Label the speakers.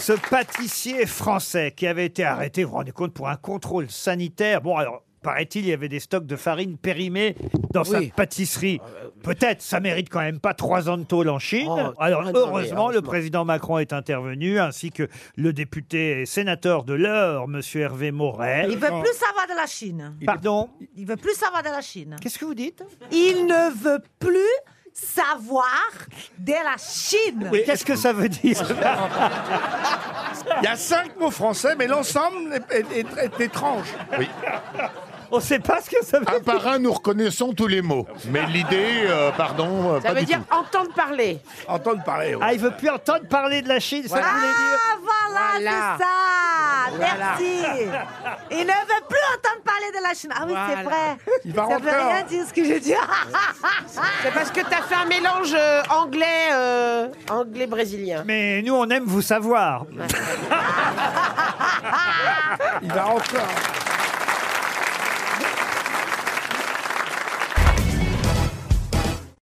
Speaker 1: Ce pâtissier français qui avait été arrêté, vous vous rendez compte, pour un contrôle sanitaire. Bon, alors, paraît-il, il y avait des stocks de farine périmés dans sa
Speaker 2: Oui.
Speaker 1: pâtisserie. Peut-être, ça mérite quand même pas trois ans de tôle en Chine. alors,
Speaker 2: attendez,
Speaker 1: heureusement, le
Speaker 2: heureusement.
Speaker 1: président Macron est intervenu, ainsi que le député et sénateur de l'Eure, M. Hervé Moret.
Speaker 3: Il veut plus savoir de la Chine.
Speaker 1: Pardon
Speaker 3: Il veut plus savoir de la Chine.
Speaker 1: Qu'est-ce que vous dites
Speaker 3: Il ne veut plus savoir de la Chine.
Speaker 1: Oui, Qu'est-ce Ah, que ça veut dire
Speaker 4: Il y a cinq mots français, mais l'ensemble est, est- est- est étrange.
Speaker 1: On sait pas ce que ça veut
Speaker 5: Un par un, nous reconnaissons tous les mots. Mais l'idée, euh, pardon, euh,
Speaker 2: Ça
Speaker 5: pas
Speaker 2: veut
Speaker 5: du
Speaker 2: dire
Speaker 5: tout.
Speaker 2: entendre parler.
Speaker 4: Entendre parler. oui.
Speaker 1: Ah, il veut plus entendre parler de la Chine, ça voulait dire.
Speaker 3: Ah, voilà,
Speaker 2: Voilà.
Speaker 3: c'est ça.
Speaker 2: Voilà.
Speaker 3: Merci. Il ne veut plus entendre parler de la Chine. Ah oui,
Speaker 2: Voilà.
Speaker 3: c'est vrai.
Speaker 4: Il va
Speaker 3: ça veut
Speaker 4: rentrer en-
Speaker 3: rien dire ce que je dis. Ah,
Speaker 2: C'est parce que t'as fait un mélange euh, anglais, euh, anglais brésilien.
Speaker 1: Mais nous, on aime vous savoir.
Speaker 4: Il va rentrer. en-